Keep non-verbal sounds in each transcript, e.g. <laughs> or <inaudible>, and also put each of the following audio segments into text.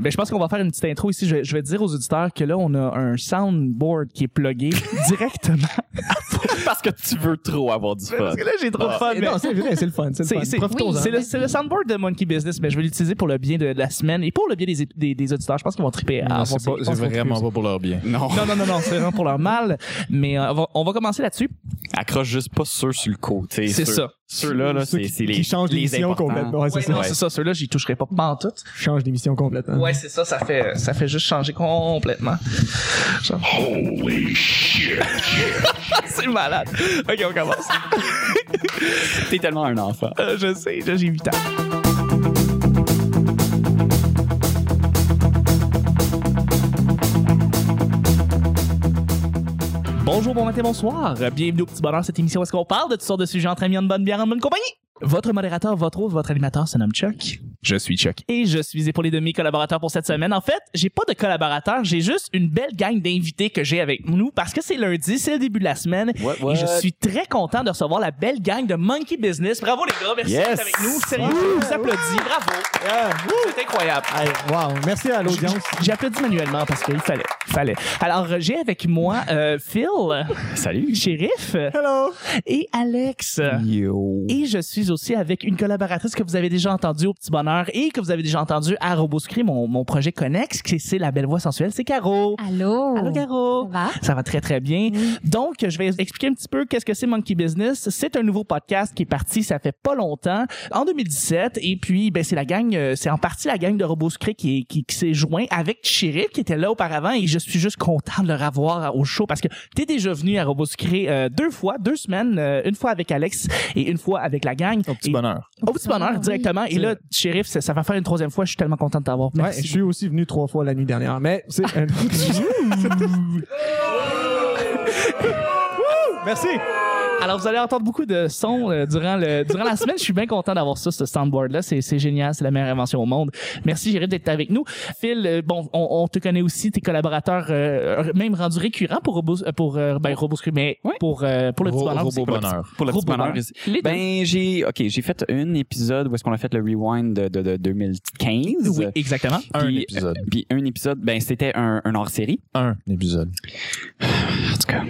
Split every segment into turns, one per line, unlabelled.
Ben, je pense qu'on va faire une petite intro ici. Je, je vais dire aux auditeurs que là, on a un soundboard qui est <laughs> plugué directement.
Parce que tu veux trop avoir du fun.
Parce que là, j'ai trop de fun. mais-
Ah. Non, c'est vrai, c'est le fun. C'est
Ah. C'est
le fun.
c'est-
Profitons-en.
oui, c'est le, c'est le soundboard de Monkey Business, mais je vais l'utiliser pour le bien de, la semaine et pour le bien des, des- des auditeurs. Je pense qu'ils vont triper à
Non,
avoir
c'est
ça.
pas-
Je
c'est
pense qu'ils vont
vraiment pas pour leur bien.
Non.
triper. Non, non, non, non, c'est vraiment pour leur mal. Mais euh, on, va, on va commencer là-dessus.
Accroche juste pas ceux sur le côté.
C'est
Ceux-
ça.
Ceux-là, là,
Ceux
c'est
qui-
c'est les.
qui changent
les
d'émission
importants.
complètement. Ouais, c'est
Ouais,
ça.
non, c'est ça. Ceux-là, j'y toucherai pas pantoute.
Change d'émission hein. complètement.
Ouais, c'est ça. Ça fait, ça fait juste changer complètement. Genre- <laughs> c'est malade. Ok, on commence.
T'es tellement un enfant.
Euh, je sais, là, j'ai 8 ans. Bonjour, bon matin, bonsoir. Bienvenue au Petit Bonheur, cette émission où est-ce qu'on parle de toutes sortes de sujets entre amis, en bonne bière, en bonne compagnie. Votre modérateur, votre hôte, votre animateur se nomme Chuck. Je suis Chuck. Et je suis épaulé de mes collaborateurs pour cette semaine. En fait, j'ai pas de collaborateurs, j'ai juste une belle gang d'invités que j'ai avec nous parce que c'est lundi, c'est le début de la semaine.
What, what?
Et je suis très content de recevoir la belle gang de Monkey Business. Bravo les gars, merci
Yes.
d'être avec nous. Sérieux, je vous applaudis. Bravo. C'est incroyable.
Hey, wow. Merci à l'audience.
J'ai applaudi manuellement parce qu'il fallait, fallait. Alors, euh, j'ai avec moi euh, Phil,
Salut.
Shérif
Hello.
et Alex.
Yo.
Et je suis aussi avec une collaboratrice que vous avez déjà entendue au Petit Bonheur et que vous avez déjà entendue à Roboscrit, mon, mon projet connexe, qui c'est la belle voix sensuelle, c'est Caro.
Allô?
Allô, Caro.
Ça va?
Ça va très, très bien.
Oui.
Donc, je vais expliquer un petit peu qu'est-ce que c'est Monkey Business. C'est un nouveau podcast qui est parti, ça fait pas longtemps, en 2017. Et puis, ben, c'est la gang, euh, c'est en partie la gang de Roboscrit qui, est- qui, qui s'est joint avec Chirif, qui était là auparavant. Et je suis juste content de le revoir au show parce que t'es déjà venu à Roboscrit euh, deux fois, deux semaines, euh, une fois avec Alex et une fois avec la gang.
Au petit
Et-
bonheur.
Au petit
Ah,
bonheur,
oui.
directement. Et là, Chérif, ça, ça va faire une troisième fois. Je suis tellement content de t'avoir.
Ouais,
Merci.
je suis aussi venu trois fois la nuit dernière, mais c'est un... <laughs> Wouh! Merci.
Alors, vous allez entendre beaucoup de sons euh, durant, le, durant la semaine. Je suis bien content d'avoir ça, ce soundboard-là. C'est, c'est génial. C'est la meilleure invention au monde. Merci, Jérémy, d'être avec nous. Phil, euh, bon, on, on te connaît aussi, tes collaborateurs, euh, euh, même rendus récurrents pour Robos, euh, pour, euh, ben, Roboscrit, mais
Oui.
pour, euh, pour le petit
Ro-
bonheur.
Robot
aussi.
bonheur.
Pour le petit
Robot
bonheur.
bonheur. Les deux.
Ben, j'ai. OK, j'ai fait un épisode où est-ce qu'on a fait le rewind de, de, de 2015.
Oui,
<laughs>
exactement.
Un
Puis,
épisode.
euh, Puis un épisode, ben, c'était un, un hors-série.
Un épisode.
En tout cas.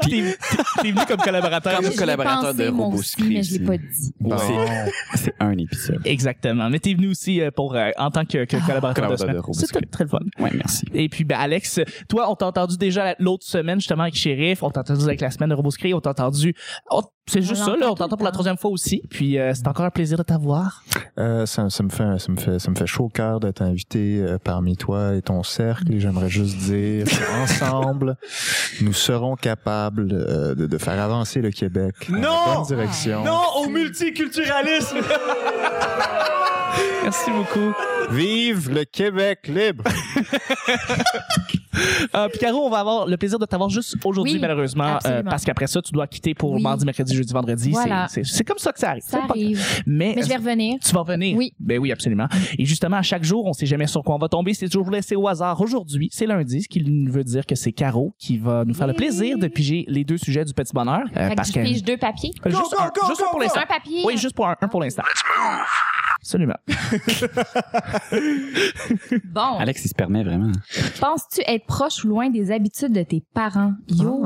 T'es, t'es- t'es venu comme collaborateur.
Comme
J'y ai
collaborateur
pensé,
de
moi
Robo
aussi, mais je
Scripts.
l'ai pas dit.
Bon.
C'est- C'est un épisode.
Exactement. Mais t'es venu aussi euh, pour, euh, en tant que, que collaborateur de
Ah, collaborateur
semaine.
de Roboscrit.
C'était très le fun.
Ouais, merci.
Et puis, ben, Alex, toi, on t'a entendu déjà la- l'autre semaine, justement, avec Sheriff. On t'a entendu avec la semaine de Roboscrit. On t'a entendu. on- c'est juste
On
ça, là.
l'entend
On t'entend
tout
pour
le
la
temps.
troisième fois aussi. Puis, euh, c'est encore un plaisir de t'avoir.
Euh, ça, ça me fait, ça me fait, ça me fait chaud au cœur d'être invité euh, parmi toi et ton cercle. Et j'aimerais juste <laughs> dire, ensemble, nous serons capables euh, de, de faire avancer le Québec dans
Non!
la bonne direction.
Oh,
au multiculturalisme.
Merci beaucoup.
Vive le Québec <laughs> libre!
Euh, puis, Caro, on va avoir le plaisir de t'avoir juste aujourd'hui,
Oui,
malheureusement. euh,
absolument.
parce qu'après ça, tu dois quitter pour
Oui.
mardi, mercredi, jeudi, vendredi. C'est-
Voilà.
C'est c'est comme ça que ça arrive.
Ça
C'est pas-
arrive.
Mais,
Mais je vais revenir.
Tu vas revenir.
Oui.
Ben oui, absolument. Et justement, à chaque jour, on sait jamais sur quoi on va tomber. C'est toujours laissé au hasard. Aujourd'hui, c'est lundi, ce qui veut dire que c'est Caro qui va nous faire le
Oui.
plaisir de piger les deux sujets du petit bonheur. euh,
Fait que
parce
je
que
pige deux papiers.
juste,
go,
un,
go,
juste un
go,
pour
go.
l'instant.
Un papier.
Oui, juste pour un, un pour l'instant. Absolument.
Bon.
Alex, il se permet vraiment.
Penses-tu être proche ou loin des habitudes de tes parents? Yo.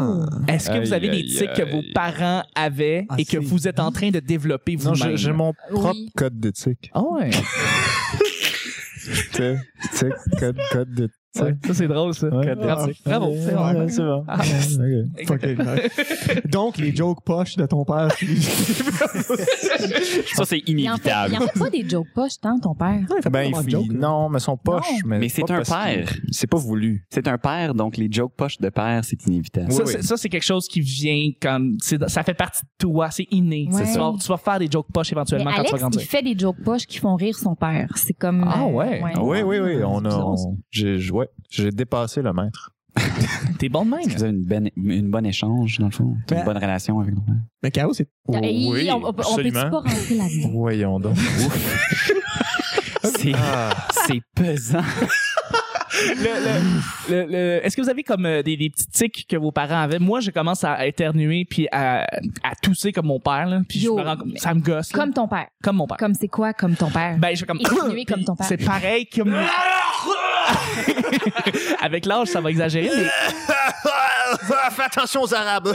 Est-ce que vous
Aïe,
avez des
aïe,
tics que vos
aïe.
parents avaient
Ah,
et que
c'est-
vous êtes en train de développer
Non,
vous-même?
j'ai j'ai mon propre
Oui.
code d'éthique.
Ah ouais.
Tu sais, tu sais, code, code d'éthique.
Ça, ça, c'est drôle, <laughs> ça.
Ouais.
Merci. Ah, Bravo.
Ouais,
C'est bon.
ouais, c'est bon.
Ah.
Ouais, ok.
<laughs> Donc les jokes poches de ton père. <laughs>
Ça, c'est
Il en, fait,
inévitable.
il en fait pas des jokes poches, tant ton père.
Ben,
vraiment
il-
de joke, là.
non, mais son poche.
Non.
Mais,
Mais c'est
pas
un
parce que-
père.
C'est pas voulu.
C'est un père, donc les jokes poches de père, c'est inévitable.
Ça,
Oui, oui.
c'est- ça, c'est quelque chose qui vient comme. c'est- Ça fait partie de toi, c'est inné.
Ouais.
Tu, vas, tu vas faire des jokes poches
Mais
éventuellement quand
Alex,
tu vas
il
grandir.
fait des jokes poches qui font rire son père. C'est comme.
Ah
euh,
ouais.
Ah Oui, oui, oui. On a,
C'est bizarre,
on- j'ai, j- ouais, j'ai dépassé le maître.
T'es bon de même.
Vous avez une bonne, une bonne échange, dans le fond. T'as
Ben-
une bonne relation avec ton père.
Mais Caro, c'est
ça. Hey, on, on, on peut-tu
absolument.
pas
<laughs>
rentrer là-dedans?
<laughs> Voyons donc.
C'est,
Ah,
c'est pesant.
Le- le- le- le- Est-ce que vous avez comme euh, des, des petits tics que vos parents avaient? Moi, je commence à éternuer puis à, à tousser comme mon père, là. Puis je
Yo.
me rends compte- ça me gosse. là.
Comme ton père.
Comme mon père.
Comme c'est quoi, comme ton père?
Ben, je fais comme.
Éternuer comme
Puis <laughs>
ton père.
C'est pareil comme. <laughs> Avec l'âge, ça va exagérer, mais
Ah, Fais attention aux <laughs> Arabes.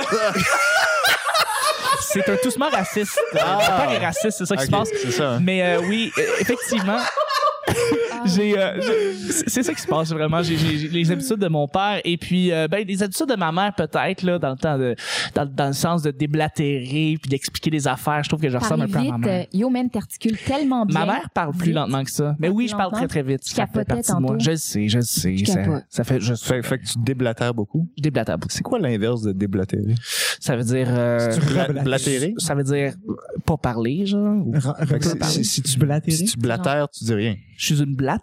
c'est un toussement raciste.
Ah.
Mon père est raciste, c'est ça qui se passe.
C'est ça. hein.
Mais euh, oui, euh, effectivement.
Ah
J'ai, euh, j'ai- c'est c'est ça qui se passe vraiment. J'ai, j'ai- j'ai les habitudes de mon père et puis euh, ben les habitudes de ma mère peut-être là dans le temps de dans, dans le sens de déblatérer puis d'expliquer les affaires. Je trouve que je ressemble un
Parler
peu à
vite,
ma mère.
euh, yo, man, t'articules tellement
Ma
bien.
mère parle plus
Vite.
lentement que ça. Mais oui, je parle très
lentement.
très vite.
Tu
Ça fait
capotais
partie de moi.
tantôt.
Je le sais, je le sais.
Tu
Ça,
capotes.
ça fait je
Fait, fait que tu déblatères beaucoup.
je déblate à bout.
C'est quoi l'inverse de déblatérer?
Ça veut dire euh,
C'est-tu
Bla-
Reblatérer.
Blatérer?
ça veut dire euh, pas parler genre. ou-
Fait que Ben, c'est- c'est-
Si tu blatères.
Si tu blatères, tu dis rien.
Je suis une blatte.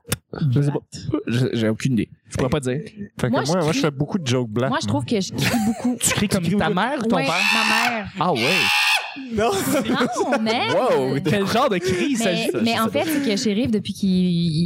Je sais pas. Je- J'ai aucune idée. Je pourrais pas dire.
Fait que
Moi,
moi,
je
moi,
crie-
je fais beaucoup de jokes blattes.
Moi, je trouve que je crie beaucoup.
Tu cries comme
cries
ta
au-
mère ou ton
Ouais,
père
ma
<laughs>
mère.
Ah ouais.
<laughs>
Non.
Non, mais.
Wow,
Quel genre de cri il s'agit
Mais, mais en fait, c'est que Shérif, depuis qu'il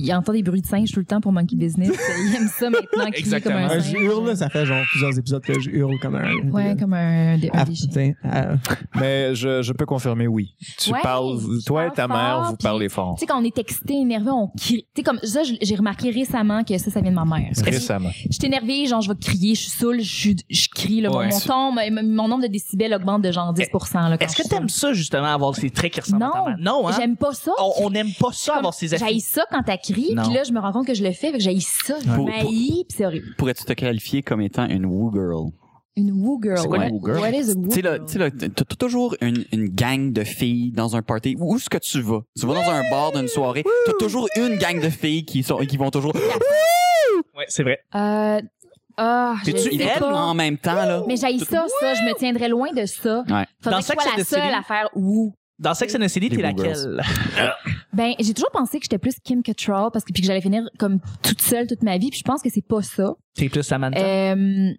il entend des bruits de singe tout le temps pour
<laughs>
Monkey Business, il aime ça maintenant, crier comme
Exactement.
un
Euh, <laughs>
singe.
je hurle, ça fait genre plusieurs épisodes que je hurle comme un.
Ouais, comme un, dé- un
Ah,
déchet.
putain, ah,
Mais je, je peux confirmer, oui. Tu
Ouais,
parles,
je
toi et
parle
ta mère,
fort,
vous
puis-
parlez fort.
Tu sais, quand on est excité, énervé, on crie. Tu sais, comme ça, je- j'ai remarqué récemment que ça, ça vient de ma mère.
Récemment.
Je suis énervée, genre, je vais crier, je suis saoule, je, je crie, là, mon-
Ouais.
mon, ton, mon, mon nombre de décibels augmente de genre 10 là, quand
Est-ce que
je suis
t'aimes ça justement avoir ces traits qui ressemblent à ta
Non.
mère? Non,
saoule.
hein?
J'aime pas ça.
On on n'aime pas ça avoir ces
J'haïs
effets.
ça quand t'as crié,
Non.
puis là, je me rends compte que je le fais, fait que j'haïs ça. Je
Pour-
m'haïs, puis c'est horrible.
Pourrais-tu te qualifier comme étant une woo girl?
Une woo girl.
C'est quoi
What-
une woo girl?
What is a woo
Tu sais, là,
girl?
tu sais, là, t'as t'as toujours une, une gang de filles dans un party. Où est-ce que tu vas? Tu vas dans un bar d'une soirée, t'as toujours une gang de filles qui, sont, qui vont toujours.
Ouais, c'est vrai.
Euh, ah, je
T'es-tu
sais
elle
pas.
en même temps, là?
Mais j'haïs ça, ça. Je me tiendrais loin de ça.
Ouais.
Dans
Faudrait que je
Sex
sois
and
la
the City.
seule à faire woo.
Dans Sex and the City, t'es
Les Woo
laquelle?
Ben, j'ai toujours pensé que j'étais plus Kim Cattrall parce que puis que j'allais finir comme toute seule toute ma vie. Puis je pense que c'est pas ça.
T'es plus Samantha.
Euh,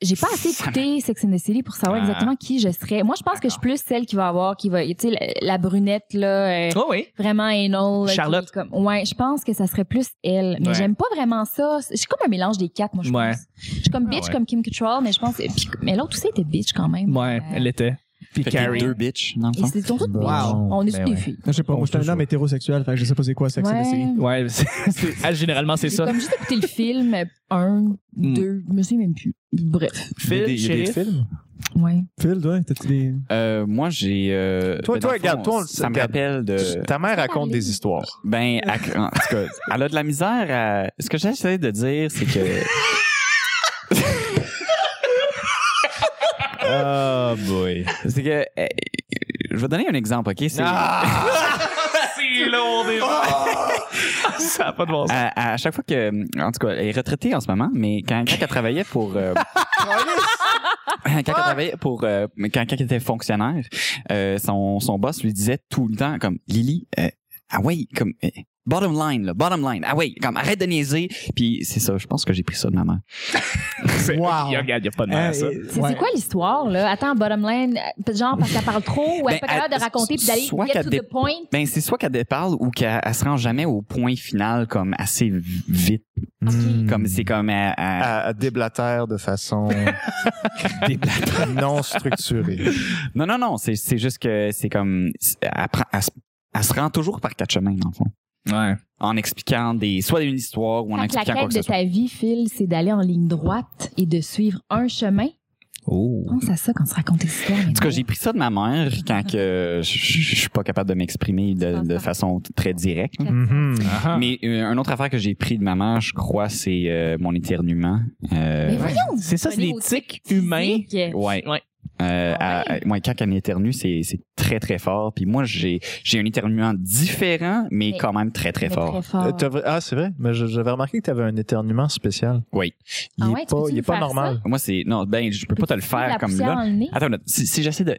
j'ai pas assez écouté Sex and the City pour savoir
Ah.
exactement qui je serais. Moi, je pense que je suis plus celle qui va avoir, qui va, tu sais, la, la brunette là, euh,
Oh oui.
vraiment anal. là, qui-
Charlotte.
Comme, ouais, je pense que ça serait plus elle. Mais
Ouais.
j'aime pas vraiment ça. Je suis comme un mélange des quatre, moi, je
Ouais.
pense. Je suis comme
Ah
bitch,
ouais.
comme Kim Cattrall, mais je pense. puis- mais l'autre aussi était bitch quand même.
Ouais,
Euh,
elle était. Puis
Fait que t'es
Carrie.
deux bitches, dans le
Et
fond.
c'est sont toutes
Bon.
bitches. On est tous
Ben
des
ouais.
filles.
je sais pas, moi je suis un homme hétérosexuel, fait que je sais pas c'est quoi Sex and the
Ouais.
City.
Ouais, <laughs> c'est- c'est- ah, généralement, c'est
J'ai
ça.
comme juste écouté le film, euh, un, deux, je me souviens même plus. Bref,
Phil,
il y a des, il y a
Shérif.
des films.
ouais.
Phil, toi, t'as-tu des.
Euh, moi, j'ai. euh,
Toi-
ben,
toi,
dans le
regarde, toi, on le
Ça me
regarde.
rappelle de.
Euh, Ta mère raconte des histoires.
Ben, à- en tout cas, elle a de la misère à. Ce que j'essaie de dire, c'est que.
Ah, boy.
C'est que. euh, je vais donner un exemple, OK? C'est-
<laughs> C'est long, des
Ah!
Ça n'a pas de bon sens.
Euh, À, à chaque fois que, en tout cas, elle est retraitée en ce moment, mais quand, quand elle travaillait pour, euh, quand elle travaillait pour, euh, quand, quand elle était fonctionnaire, euh, son, son boss lui disait tout le temps comme Lily, euh, ah ouais, comme euh, bottom line, là, bottom line, ah ouais, comme arrête de niaiser, puis c'est ça, je pense que j'ai pris ça de ma mère.
<laughs> C'est-
Wow.
Il y a, regarde, il y a pas de mal à
hein?
ça.
Eh,
C'est
ouais.
c'est quoi l'histoire, là? Attends, bottom line, euh, genre parce qu'elle parle trop ou
Ben,
elle est pas capable
elle-
de raconter puis d'aller
soit
get to
qu'elle
the point.
Ben c'est soit qu'elle déparle ou qu'elle elle se rend jamais au point final comme assez vite,
Ok.
Hmm.
comme c'est comme elle- elle-
À, à déblatère de <laughs> façon non structurée.
non non non, c'est c'est juste que c'est comme elle, prend- elle se- elle se rend toujours par quatre chemins dans le fond.
Ouais.
en expliquant des soit une histoire ou en
Fait que la
expliquant quoi
quête
que ce
de
soit.
ta vie, Phil, c'est d'aller en ligne droite et de suivre un chemin.
Oh.
Pense à ça quand tu racontes des histoires.
En tout cas, j'ai pris ça de ma mère quand que je- je je suis pas capable de m'exprimer de, de façon très directe.
Mhm.
Ah.
Uh-huh.
Mais euh, une autre affaire que j'ai pris de ma mère, je crois, c'est euh, mon éternuement. Euh,
Mais voyons!
C'est ça, c'est des
venez au
tics
tic
humains.
physique. Ouais,
Ouais.
Ouais.
Euh, à-
Ah
à- ouais, quand elle éternue, c'est c'est très très fort. Puis moi, j'ai j'ai un éternuement différent, mais,
Mais-
quand même très très
mais
fort.
Très
Euh,
fort.
t'as vrai- Ah, c'est vrai, mais je- j'avais remarqué que tu avais un éternuement spécial.
Oui.
Il
Ah
est
ouais, tu
pas,
peux-tu
il est
nous
pas
faire
normal.
Moi, c'est non, ben je peux pas te le
Fais de
faire
la
comme
poussière
là. Ah,
dans le nez.
Attends, une minute. si, si j'essaie de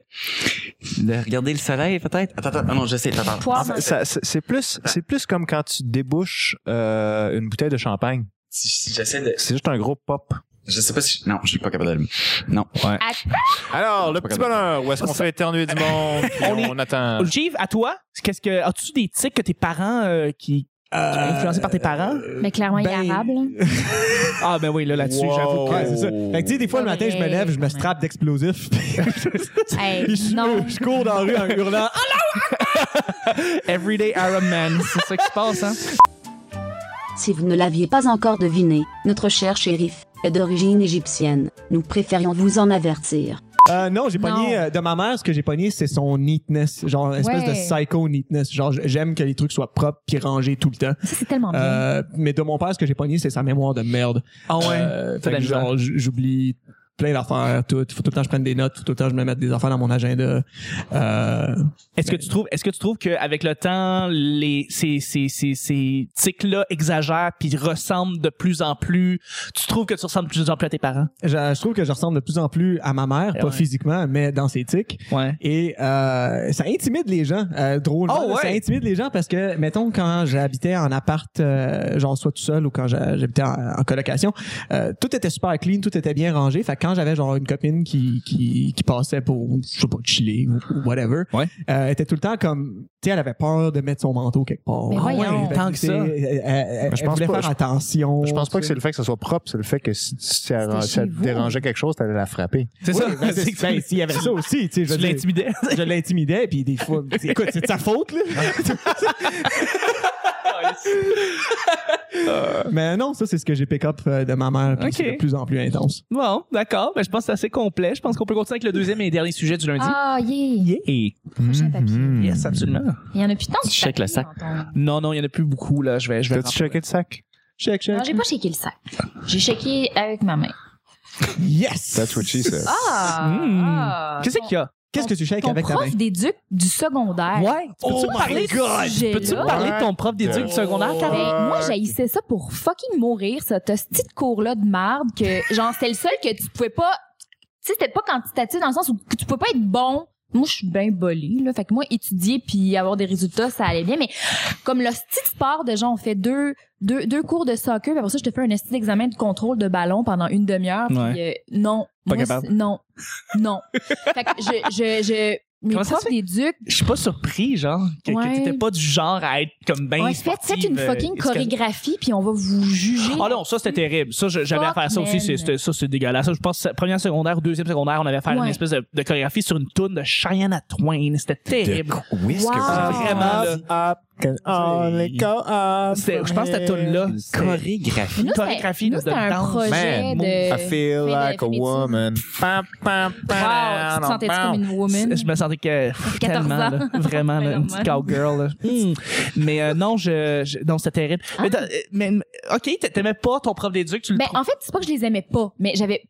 de regarder le soleil, peut-être. Attends, attends, non, non, j'essaie. Attends.
Poire dans
Ça-
le-
ça- c'est c'est plus, c'est plus comme quand tu débouches euh, une bouteille de champagne.
Si, si j'essaie de.
C'est juste un gros pop.
Je sais pas si. Non, je suis pas capable de le. Non.
Alors, le petit bonheur, où est-ce qu'on fait éternuer <laughs> du monde, puis
On est-
on attend.
Olive, à toi, qu'est-ce que as-tu des tics que tes parents euh, qui Influencé par tes parents?
Mais clairement, il
ben-
est arabe. là.
Ah, ben oui, là, là-dessus,
Wow.
j'avoue que.
Ouais, c'est ça. Fait que, tu sais, des fois, le matin, je me lève, je me strappe d'explosifs. <laughs>
Hey,
Puis je,
non.
je cours dans la rue en hurlant.
<laughs> Everyday Arab Man. C'est ça qui se passe, hein?
Si vous ne l'aviez pas encore deviné, notre cher shérif est d'origine égyptienne. Nous préférions vous en avertir.
Euh, non, j'ai
Non.
pogné euh, de ma mère. Ce que j'ai pogné, c'est son neatness, genre espèce
Ouais.
de psycho neatness. Genre, j- j'aime que les trucs soient propres puis rangés tout le temps.
Ça, c'est tellement bien.
Euh, mais de mon père, ce que j'ai pogné, c'est sa mémoire de merde.
Ah
Euh,
T'as de
fait
la
que
misère.
genre, j- j'oublie plein d'affaires, tout. Faut tout le temps que je prenne des notes, faut tout le temps que je me mette des affaires dans mon agenda. Euh,
Est-ce que tu trouves, est-ce que tu trouves qu'avec le temps, les, ces, ces, ces, ces tics-là exagèrent puis ressemblent de plus en plus? Tu trouves que tu ressembles de plus en plus à tes parents?
je, je trouve que je ressemble de plus en plus à ma mère,
Eh
pas
ouais.
physiquement, mais dans ses tics.
Ouais.
Et euh, ça intimide les gens, euh, drôlement.
Oh,
là,
ouais.
Ça intimide les gens parce que, mettons, quand j'habitais en appart, euh, genre soit tout seul ou quand j'a- j'habitais en, en colocation, euh, tout était super clean, tout était bien rangé. Fait que quand j'avais genre une copine qui, qui, qui passait pour, je sais pas, chiller ou ou whatever,
Ouais.
euh, elle était tout le temps comme, tu sais, elle avait peur de mettre son manteau quelque part.
Mais Ah voyons. ouais,
Fait
tant que
tu sais,
ça.
Elle, elle- elle-
Mais je
elle
pense
voulait
pas-
faire
je-
attention.
Je pense pas que
tu
c'est
sais.
le fait que ça soit propre, c'est le fait que si, si ça,
C'était
ça
chez
te
vous.
dérangeait quelque chose, t'allais la frapper.
<laughs> C'est
Oui,
ça.
ben, c'est- ben, s'il y avait ça aussi, tu sais, je
tu
veux dire-
l'intimidais.
<laughs> je l'intimidais puis des fois écoute c'est de sa faute là Euh, mais non ça c'est ce que j'ai pick up euh, de ma mère puis
Ok.
c'est de plus en plus intense
bon, d'accord. Ben, je pense que c'est assez complet. Je pense qu'on peut continuer avec le deuxième et dernier sujet du lundi.
Ah, yeah.
Yeah.
Prochain papier.
Mhm.
Yes, absolument.
Il y en a plus tant que
Tu check le sac.
Non, non, il y en a plus beaucoup, là. Je vais, je vais.
T'as-tu checké le sac?
check check
Non, j'ai pas checké le sac. J'ai checké avec ma main.
yes
That's what she said.
Ah!
Hmm.
ah.
Qu'est-ce qu'il y a?
qu'est-ce que tu check
Ton
avec ta
prof
main
d'éduc du secondaire.
Ouais. Peux-tu
Oh
me
my
parler de ce
God.
sujet-là? Peux-tu me parler de ton prof d'éduc du secondaire,
Ben,
Karine?
moi, j'haïssais ça pour fucking mourir, ce petit cours-là de marde que, genre, c'était le seul que tu pouvais pas, tu sais, c'était pas quantitatif dans le sens où que tu pouvais pas être bon. Moi, je suis bien bolée, là. Fait que moi, étudier puis avoir des résultats, ça allait bien. Mais comme le style sport de genre, on fait deux, deux, deux cours de soccer, puis après ça, je te fais un style d'examen de contrôle de ballon pendant une demi-heure. puis, euh, non.
Pas
Moi,
capable.
c'est- Non.
<laughs>
Non. fait que je, je, je, mes
Comment ça se
profs d'éduc,
Je suis pas surpris, genre, que, que
Ouais.
t'étais pas du genre à être comme ben
ouais, faites,
sportive.
faites une
euh,
fucking
éducative.
chorégraphie puis on va vous juger.
Ah non, ça c'était terrible. Ça, je- j'avais à
Fuck,
faire ça aussi.
man.
c'est- c'était- Ça, c'est dégueulasse. Ça, je pense, que première secondaire, deuxième secondaire, on avait à faire une
Ouais.
espèce de, de chorégraphie sur une toune de Cheyenne à Twain. C'était terrible.
Oui,
Wow.
Ah, vraiment, là.
Up, can only go up.
C'était- Je pense que cette toune-là.
Chorégraphie.
Nous, c'était-
chorégraphie,
nous,
là,
c'était
de
un
danse.
projet
Man,
de.
I feel
fait
like a
de-
woman. Pam,
Wow,
pam,
tu te
pam,
sentais
pam.
comme une woman.
Je me sentais que pff, <laughs>
14
tellement,
ans.
là, vraiment, là,
<laughs>
une
Vraiment.
petite cowgirl. là. Hmm. Mais euh, non, je, je- non, c'était terrible. Mais, t'as- mais ok, t'a- t'aimais pas ton prof d'éduc, tu le
Ah. Ben,
trou-
en fait, c'est pas que je les aimais pas, mais j'avais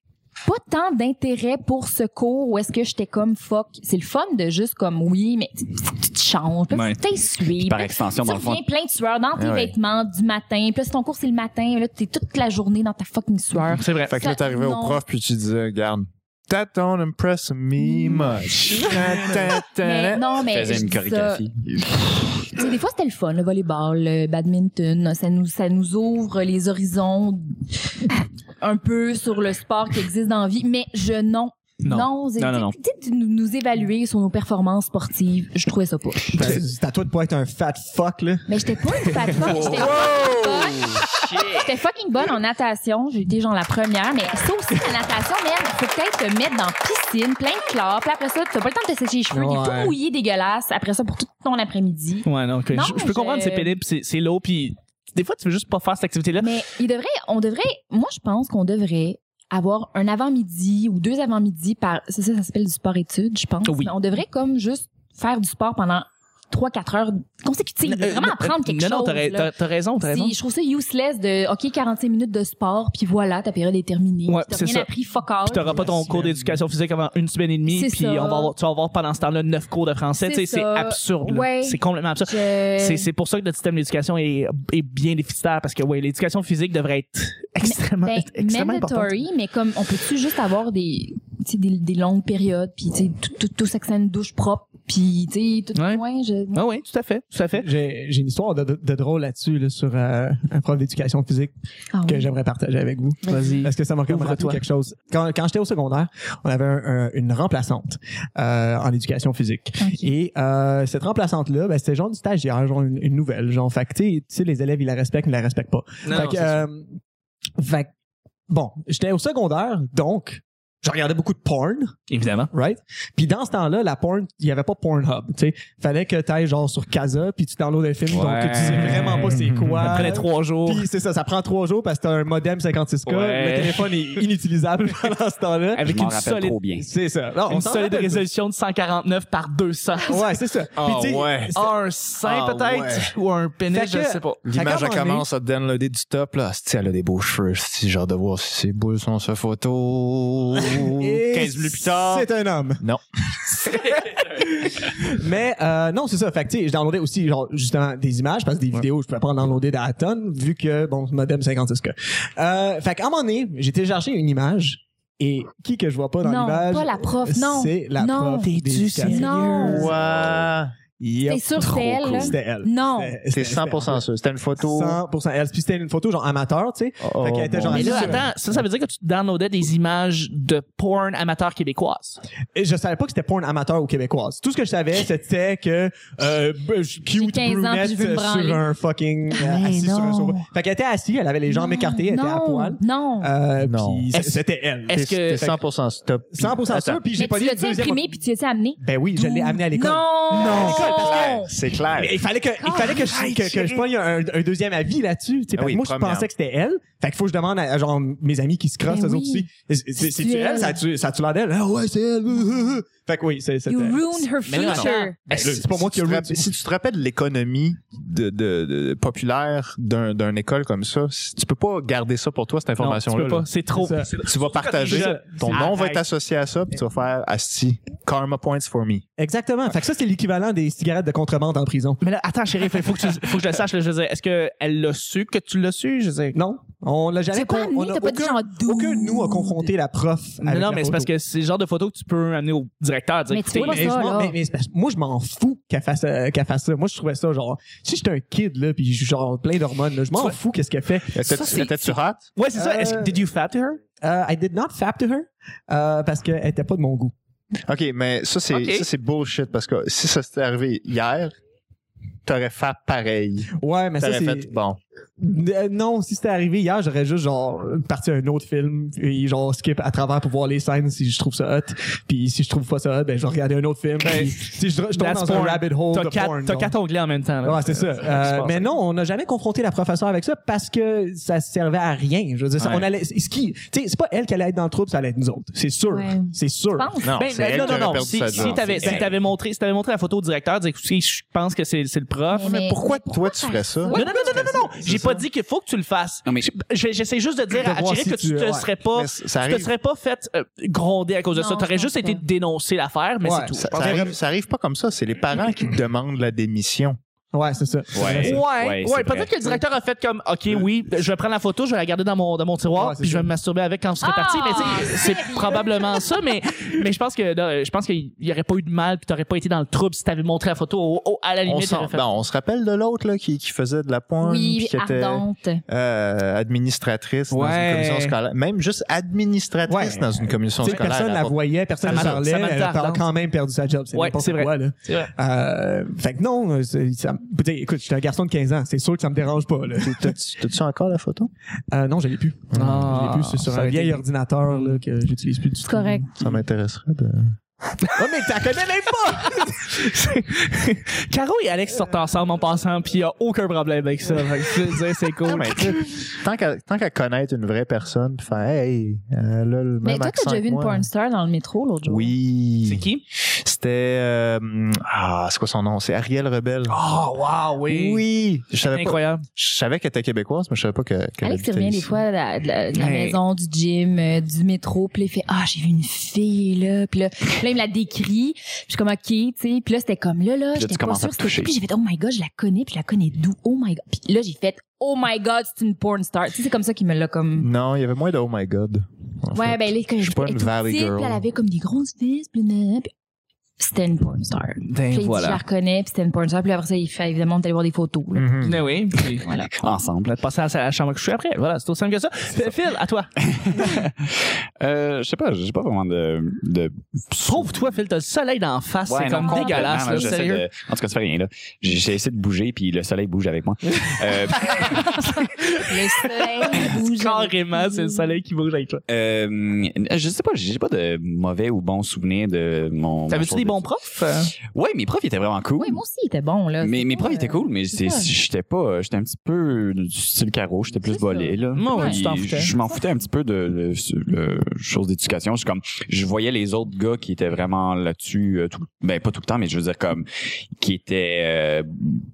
pas tant d'intérêt pour ce cours où est-ce que j'étais comme fuck. C'est le fun de juste comme oui, mais tu- tu tu te changes, puis
Ouais.
tu t'insuis,
Par
puis
extension,
tu
dans le fond.
reviens plein de sueur dans tes
Ah ouais.
vêtements du matin, puis là, si ton cours c'est le matin, là, t'es toute la journée dans ta fucking sueur.
C'est vrai.
Fait que là,
Ça,
t'arrivais au
non.
prof, puis tu disais, regarde, that don't impress
<laughs>
me much. Ta, ta, ta,
Hmm. Mais
ta.
non, mais.
Euh, Faisais
je
une
dis ça.
chorégraphie.
Tu sais, des fois, c'était le fun, le volleyball, le badminton. Ça nous, ça nous ouvre les horizons un peu sur le sport qui existe dans la vie. Mais je, non.
Non.
c'est-
Non, non, non.
tu sais, de nous, nous évaluer sur nos performances sportives, je trouvais ça pas.
Ben, c'est à toi de pas être un fat fuck là
Mais j'étais pas une fat fuck, j'étais J'étais fucking bonne en natation. J'ai été genre la première, mais ça aussi, la natation, merde, faut peut-être te mettre dans piscine, plein de chlore. Puis après ça, t'as pas le temps de te sécher les cheveux. Il est
Ouais.
tout mouillé, dégueulasse. Après ça, pour tout ton après-midi.
Ouais, non, ok.
Non,
je, je peux
je-
comprendre, c'est pénible, c'est c'est lourd, puis des fois, tu veux juste pas faire cette activité-là.
Mais il devrait, on devrait, moi je pense qu'on devrait avoir un avant-midi ou deux avant-midi par, ça, ça, ça s'appelle du sport-études, je pense.
Oui.
Mais on devrait comme juste faire du sport pendant 3-4 heures consécutives, de
Euh,
vraiment
euh,
apprendre quelque
non, Non,
chose.
t'as ra-
là.
t'as- t'as raison, t'as raison.
Si, je trouve ça useless de, OK, 45 minutes de sport, puis voilà, ta période est terminée.
Ouais,
puis
c'est
t'as rien
ça.
appris, fuck all.
Puis t'auras pas ton
Merci,
cours
madame.
d'éducation physique avant une semaine et demie,
C'est
puis
ça.
on va avoir, tu vas avoir pendant ce temps-là neuf cours de français.
C'est
Tu sais, c'est
ça.
absurde. là.
Ouais.
C'est complètement absurde.
Je-
C'est c'est pour ça que notre système d'éducation est, est bien déficitaire parce que ouais, l'éducation physique devrait être <laughs> extrêmement,
Ben,
extrêmement importante.
mandatory, mais comme on peut-tu juste avoir des, tu sais, des, des longues périodes, puis tu sais, tout, tout, tout ça que ça une douche propre, puis tu sais, tout
Ouais.
le moins, je...
Ah oui, tout à fait, tout à fait.
J'ai j'ai une histoire de, de- de drôle là-dessus, là, sur euh, un prof d'éducation physique
Ah
que
oui.
j'aimerais partager avec vous.
Vas-y.
Parce que ça m'a quand même
Ouvre-toi.
rappelé quelque chose. Quand, quand j'étais au secondaire, on avait un- un- une remplaçante euh, en éducation physique.
Ok.
Et euh, cette remplaçante-là, ben, c'était genre du stagiaire, genre une, une nouvelle. Genre, fait que, tu sais- tu sais, les élèves, ils la respectent, ils la respectent pas. fait que, euh, fait que, bon, j'étais au secondaire, donc je regardais beaucoup de porn,
Évidemment.
right? Puis dans ce temps-là, la porn, il y avait pas Pornhub, tu sais. Fallait que t'ailles genre sur Casa, puis tu downloads un film, donc
Ouais.
tu sais vraiment pas c'est quoi.
Ça prenait trois jours.
Puis c'est ça, ça prend trois jours parce que t'as un modem 56K,
Ouais.
le téléphone est inutilisable <laughs> pendant ce temps-là.
<laughs> avec
je m'en
une
rappelle
solide,
trop bien.
C'est ça. Non, on
une
s'en
solide
rappelle.
résolution de 149 par 200.
Ouais, c'est ça. Puis
Ah,
tu sais, c'est-
Un sein
Ah,
peut-être ou un pénis,
Fait
je
que-
sais pas.
L'image,
Fait
elle
qu'à un moment
commence à te downloader du top, là. Si elle a des beaux cheveux, si j'ai hâte de voir si ses boules sont sur photo.
<laughs> Et
15 minutes plus tard.
C'est un homme.
Non.
<laughs> Mais euh, non, c'est ça. Fait que, tu sais, je downloadais aussi genre, justement des images parce que des vidéos, je pouvais pas en downloader à la tonne vu que, bon, ce modem 56K. Euh, fait qu'à un moment donné, j'ai téléchargé une image et qui que je vois pas dans
Non,
l'image?
pas la prof, non.
C'est la
Non.
prof.
T'es-tu
d'éducation.
sérieux?
Non.
Ouah.
Yep.
T'es sûr que
Trop
c'est elle,
cool.
là?
C'était elle.
Non.
C'était-
C'est
c'était-
100% sûr. C'était une photo.
100% elle. Puis c'était une photo genre amateur, tu sais.
Oh,
Fait qu'elle était
mon
genre
Mais
Dieu.
là,
c'est sûr.
attends, ça, ça veut dire que tu downloadais des images de porn amateurs québécoises.
Et je savais pas que c'était porn amateur ou québécoise. Tout ce que je
<laughs>
savais, c'était que euh, ben, je suis cute
15 ans,
brunette
puis je veux me branler.
sur un fucking euh,
Mais
assis sur un
non.
sofa. Fait qu'elle était assise, elle avait les jambes écartées, elle était à poil.
Non.
Euh,
Non.
puis
Est-ce-
c'était elle.
Est-ce
T'es
que
100% stop.
100%
Attends.
sûr, puis j'ai
mais
pas
tu
dit
l'as-tu imprimé puis tu l'as-tu amené?
Ben oui, je l'ai amenée à l'école.
Non! Ah,
Non.
C'est clair.
Mais il fallait que, il fallait que je, que, que je pogne un, un deuxième avis là-dessus. tu sais,
Ah
parce que
oui,
moi, je
première.
pensais que c'était elle. Fait qu'il faut que je demande à, à genre mes amis qui se crossent,
Ben
eux
oui.
autres aussi. C'est- c'est- C'est-tu
C'est
elle?
elle.
Ça a-tu ça a-tu l'air d'elle? Ah ouais, c'est elle. <laughs> euh, euh, euh. Fait que oui, c'est- c'était...
You ruined her
Mais là,
future.
Ben, là, c'est pas moi qui
tu
ai
te
ruined.
rappelles- si tu te rappelles l'économie de, de- de- populaire d'un- d'une école comme ça, si- tu peux pas garder ça pour toi, cette
Non, tu
information-là.
peux
là.
pas. C'est trop.
C'est ça.
Tu vas partager,
Je-
ton
Arrête.
nom va être associé à ça, puis tu vas faire Asti, Karma Points for me.
Exactement. Fait que ça, c'est l'équivalent des cigarettes de contrebande en prison.
Mais là, attends, chérie, il faut, que tu- faut que je le sache. là, je veux dire, est-ce qu'elle l'a su que tu l'as su? Je veux dire,
Non, on l'a jamais...
T'as pas
con-
amené,
on a
t'as pas dit
aucun-
genre dude.
Aucun de nous a confronté la prof
Non,
avec
non,
la
mais c'est parce
photo.
que c'est le genre de photo que tu peux amener au directeur. Dire,
Mais tu
écoutez,
peux pas
Mais
ça,
je m'en-
là.
mais- mais c'est parce que moi, je m'en fous qu'elle fasse, euh, qu'elle fasse ça. Moi, je trouvais ça genre, si j'étais un kid, là, pis je suis genre plein d'hormones, là, je m'en
Ouais.
fous qu'est-ce qu'elle fait.
c'est-
Étais-tu hot?
Ouais, c'est ça.
Euh,
Est-ce que- did you fat her?
Euh, I did not fap to her, euh, parce qu'elle était pas de mon goût.
OK, mais ça, c'est
Ok.
ça, c'est bullshit, parce que si ça s'était arrivé hier, t'aurais fait pareil.
Ouais, mais ça,
T'aurais
c'est.
fait, bon,
Euh, non, si c'était arrivé hier, j'aurais juste, genre, parti à un autre film, et genre, skip à travers pour voir les scènes si je trouve ça hot. Puis si je trouve pas ça hot, ben, je vais regarder un autre film.
Ben,
puis, si je, je tombe
that's
dans
porn.
un rabbit hole
T'as
de
quatre,
porn,
t'as
donc.
quatre onglets en même temps. là.
Ouais, c'est ça.
qui se
Euh,
passe.
mais non, on n'a jamais confronté la professeure avec ça parce que ça servait à rien. Je veux dire, ça-
Ouais.
on allait, ce qui, tu sais, c'est pas elle qui allait être dans le trouble, ça allait être nous autres. C'est sûr.
Ouais.
C'est sûr.
Je pense.
non,
Ben,
c'est elle
non,
qui aurait
non, non.
perdu
Si,
sa
si
job.
t'avais, ben, si t'avais montré, si t'avais montré la photo au directeur, dire, écoutez, je pense que c'est, c'est le prof.
Mais-
Pourquoi toi, tu ferais ça?
Non, non, non, non, non, non. J'ai pas dit qu'il faut que tu le fasses.
Non, mais-
J'ai- j'ai- J'essaie juste de dire
De
à
voir
Jerry que
si tu-
tu te
ouais.
serais pas.
Mais Ben, ça- ça
Tu te
arrive.
serais pas fait euh, gronder à cause de
Non,
ça. T'aurais
je
juste
pense
été
pas.
dénoncer l'affaire, mais
Ouais.
c'est tout.
Ça, ça arrive, ça arrive pas comme ça. C'est les parents qui demandent la démission.
Ouais, c'est ça.
Ouais.
Ouais, ouais,
c'est vrai.
peut-être que le directeur a fait comme, OK, oui, je vais prendre la photo, je vais la garder dans mon, dans mon tiroir,
Ouais, c'est
puis je vais
ça.
me masturber avec quand je serai parti.
Ah,
Mais tu sais, c'est probablement ça, mais, mais je pense que, là, je pense qu'il y aurait pas eu de mal, puis t'aurais pas été dans le trouble si t'avais montré la photo au- au- à la
On,
limite.
s'en-
t'aurais fait-
ben, on se rappelle de l'autre là, qui, qui faisait de la pointe,
Oui,
qui était
ardente.
euh, administratrice dans
Ouais.
une commission scolaire. Même juste administratrice
Ouais.
dans une commission
Tu sais,
scolaire.
personne
elle
la
apporte-
voyait, personne ne
Samantha-
parlait,
Samantha
elle a
Ardant.
quand même perdu sa job. C'est
Ouais,
n'importe
c'est vrai.
quoi, là.
C'est vrai.
Euh, fait que non, c'est- ça, tu sais, écoute, je suis un garçon de 15 ans, c'est sûr que ça me dérange pas, là.
T'as-tu t'as-tu encore la photo?
<laughs> Euh, non, je l'ai plus.
Ah.
je l'ai plus, c'est sur
Ça
un
a été-
vieil ordinateur, là, que j'utilise plus du tout.
C'est correct.
Ça m'intéresserait. De...
Ah,
Oh, mais t'as connais même pas!
Caro et Alex sortent ensemble en passant, puis il y a aucun problème avec ça. Fait que, je veux dire, c'est cool.
Non, Ah, mais tu sais, tant qu'à tant qu'à connaître une vraie personne, puis faire Hey, elle a le
Mais
même
toi,
accent
t'as déjà
que
vu une
moi. hein.
porn star dans le métro l'autre jour?
Oui.
C'est qui?
C'était. euh, ah, c'est quoi son nom? C'est Ariel Rebelle.
Oh, wow,
Oui. Je savais pas.
Incroyable.
Je savais qu'elle était québécoise, mais je savais pas que. qu'elle
Alex, il
habitait
revient des
ici.
fois de la, de la- de la
Hey.
maison, du gym, euh, du métro, puis là, il fait Ah, j'ai vu une fille, là. Puis là, puis là, il me la décrit. Puis je suis comme OK, tu sais. Puis là, c'était comme là, là.
tu
J'étais pas
commences à
sûre.
te
c'était qui.
toucher.
Puis j'ai fait Oh my god, je la connais. Puis je la connais d'où? Oh my god. Puis là, j'ai fait Oh my god, c'est une porn star. Tu sais, c'est comme ça qu'il me l'a comme.
Non, il y avait moins de Oh my God. en
ouais,
fait.
ben là, quand
je suis pas une
elle était
valley
petite,
girl.
puis elle avait comme des grosses fesses. Puis, nanana, puis- c'était une porn star. Puis
Ben
il dit, je la reconnais, puis c'était une porn star. Puis après ça, il fait évidemment d'aller voir des photos.
Mm.
là.
Mhm.
Ben oui, puis
<laughs>
Voilà.
Ensemble.
passer à la chambre à coucher après. Voilà, c'est aussi simple que ça. Phil, à toi.
Euh, je sais pas, j'ai pas vraiment de. de...
Trouve-toi, Phil, t'as le soleil d'en face.
Ouais,
c'est
non,
comme
complètement,
dégueulasse,
là,
là,
j'essaie
sérieux.
de- En tout cas, ça fait rien, là. J'ai j'ai essayé de bouger, puis le soleil bouge <laughs> avec moi. Euh,
Le soleil
<coughs>
bouge.
Carrément, c'est le soleil qui bouge avec toi.
euh, je sais pas, j'ai pas de mauvais ou bons souvenirs de mon.
T'avais-tu
mon
des
cours
bons
d'études.
profs? euh?
Ouais, mes profs ils étaient vraiment cool.
Oui, moi aussi, il était bon, là.
Mais
C'est
mes
pas,
profs
euh,
étaient cool, mais c'est-
c'est ça.
j'étais pas, j'étais un petit peu du style carreau, j'étais plus
C'est ça.
volé là.
Ouais, ouais,
Puis
tu t'en foutais.
Je m'en foutais un petit peu de, de, de choses d'éducation. Je suis comme, je voyais les autres gars qui étaient vraiment là-dessus, euh, tout, ben pas tout le temps, mais je veux dire comme, qui étaient euh,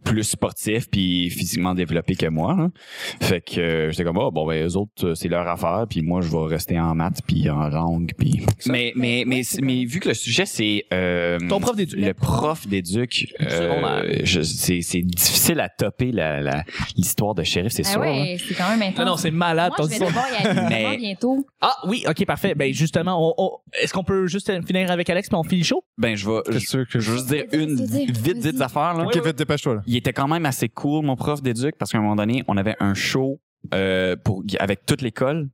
plus sportifs puis physiquement développés que moi. là. Fait que euh, j'étais comme, oh bon ben les autres euh, c'est leur affaire, puis moi je vais rester en maths puis en langue puis. Mais mais mais mais vu que le sujet c'est euh,
Ton prof d'éduc.
le prof d'éduc,
Secondaire.
euh, je- c'est c'est difficile à topper la- la- l'histoire de shérif, c'est
Ah
sûr. hein.
ouais, c'est quand même
Non,
intense.
non, c'est malade.
Moi,
ton
je vais
histoire.
devoir y aller
Mais-
vraiment bientôt.
Ah oui, ok, parfait. Ben justement, on- on- est-ce qu'on peut juste finir avec Alex puis on finit chaud?
Ben je vais, je,
C'est sûr
je
que je.
veux juste dire
Vas-y,
une
vas-y,
vite
vas-y.
vite affaire là.
Ok, vite, dépêche-toi, là.
Il était quand même assez cool mon prof d'éduc parce qu'à un moment donné on avait un show euh, pour avec toute l'école.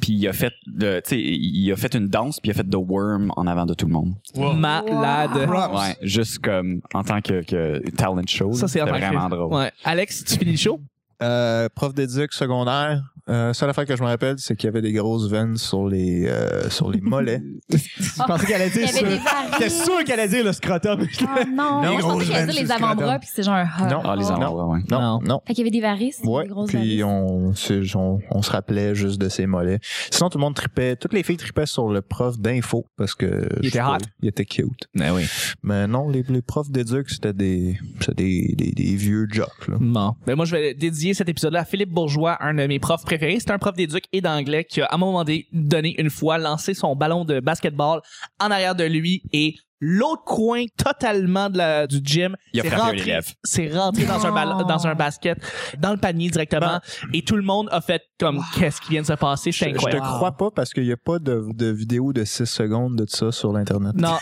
Puis il a fait, le- tu sais, il a fait une danse puis il a fait The Worm en avant de tout le monde.
<laughs>
Malade.
Ouais, juste comme en tant que, que talent show.
Ça, c'est
C'était
remarqué.
vraiment drôle.
Ouais. Alex, tu finis chaud?
Euh, prof d'éduc secondaire. Euh, seule affaire que je me rappelle, c'est qu'il y avait des grosses veines sur les euh, sur les <laughs> mollets.
Je pensais qu'elle allait
Il y
dire
avait des
ça. J'étais
varices.
sûr qu'elle allait dire le <laughs> scrotum.
Ah non,
Non,
Moi, je
gros,
pensais qu'il allait
je
dire
vais
les
juste
avant-bras,
là-dedans.
puis c'est genre un hot.
Non.
Ah, les endroits, ouais.
Non, non.
Fait qu'il y avait des varices.
Ouais,
des grosses
puis
varices.
on, c'est- on, on se rappelait juste de ses mollets. Sinon, tout le monde tripait, toutes les filles tripaient sur le prof d'info parce que.
Il
je
était
sais pas,
hot.
Il était cute.
Ben oui.
Mais non, les, les profs d'éduc, c'était des, c'était des, des, des vieux jocks, là.
Non. Ben moi, je vais dédier cet épisode-là à Philippe Bourgeois, un de mes profs préférés. C'est un prof d'éduc et d'anglais qui a, à un moment donné, donné une fois, lancé son ballon de basketball en arrière de lui et l'autre coin totalement de la, du gym
Il a
s'est
frappé un
rentré-
élève.
s'est rentré dans un, bal-
Non.
dans un basket, dans le panier directement, et tout le monde a fait comme qu'est-ce qui vient de se passer,
Je,
c'est
je
incroyable.
te crois pas parce qu'il n'y a pas de, de vidéo de 6 secondes de ça sur l'Internet.
Non,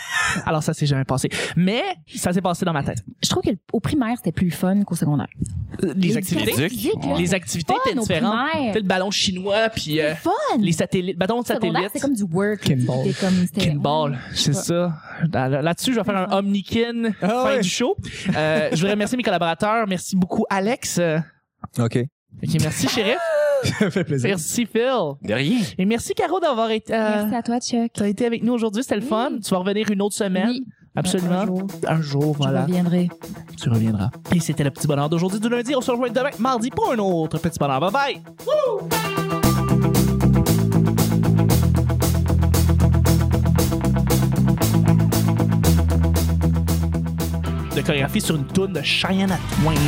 alors ça s'est jamais passé. Mais ça s'est passé dans ma tête.
Je trouve qu'au primaire, c'était plus fun qu'au secondaire.
Euh, Les activités,
L'éduc,
physiques,
ouais.
là,
les activités
fun
étaient
au
différentes.
primaire.
T'as le ballon chinois, puis euh,
C'est fun.
les satellites, bâton de
Au secondaire,
satellites.
c'était comme du work.
Kinball.
C'était comme- c'était-
Kinball, c'est ça. Là- là- Là-dessus, je vais faire un omnikin
Ah
fin
ouais.
du show. Euh, je voudrais remercier mes collaborateurs. Merci beaucoup, Alex. Euh,
OK.
ok, merci, Sheriff.
Ça me fait plaisir.
Merci, Phil.
De rien.
Et merci, Caro, d'avoir été, euh,
Merci à toi, Chuck.
t'as été avec nous aujourd'hui. C'était le
Oui.
fun. Tu vas revenir une autre semaine.
Oui.
Absolument.
Un jour,
Un jour,
Je
voilà.
reviendrai.
Tu reviendras. Et c'était le petit bonheur d'aujourd'hui, du lundi. On se rejoint demain, mardi, pour un autre petit bonheur. Bye bye. de chorégraphie sur une toune de Cheyenne at Wayne.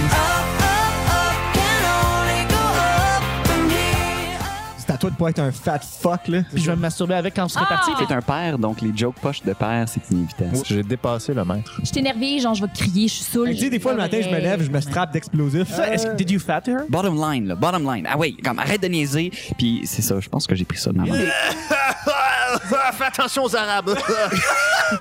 C'est à toi de pas être un fat fuck, là.
Puis je vais me masturber avec quand je serai parti.
C'est un père, donc les jokes poches de père, c'est inévitable.
J'ai dépassé le maître.
Je suis énervée, genre, je vais crier, je suis saoule.
Tu sais, des fois, le matin, je me lève, je me strappe d'explosifs.
Ah.
Ça, est-ce que did you fat her?
Bottom line, là, bottom line. Ah oui, comme arrête de niaiser. Puis c'est ça, je pense que j'ai pris ça de maman.
Ah, Fais attention aux Arabes!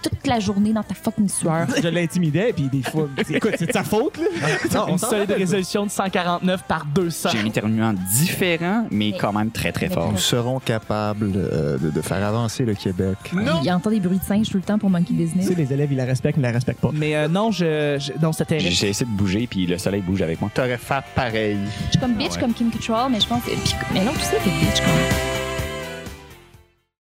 Toute la journée dans ta fucking sueur.
Je l'intimidais, puis des
<laughs>
fois, je me dis, écoute, c'est de sa faute, là.
Ah,
Non,
Une solide résolution de 149 par 200.
J'ai un éternuement différent, mais quand même très très fort.
<laughs> Nous serons capables euh, de, de faire avancer le Québec.
Il entend des bruits de singe tout le temps pour
Tu
Monkey
sais,
Business.
les élèves, ils la respectent, mais ils la respectent pas.
Mais euh, non, je, je- non, c'était
J'ai j'ai essayé de bouger, puis le soleil bouge avec moi.
T'aurais fait pareil.
Je suis comme bitch,
Ouais.
comme Kim Cattrall, mais je pense. puis- mais non, tu sais, t'es bitch quand même.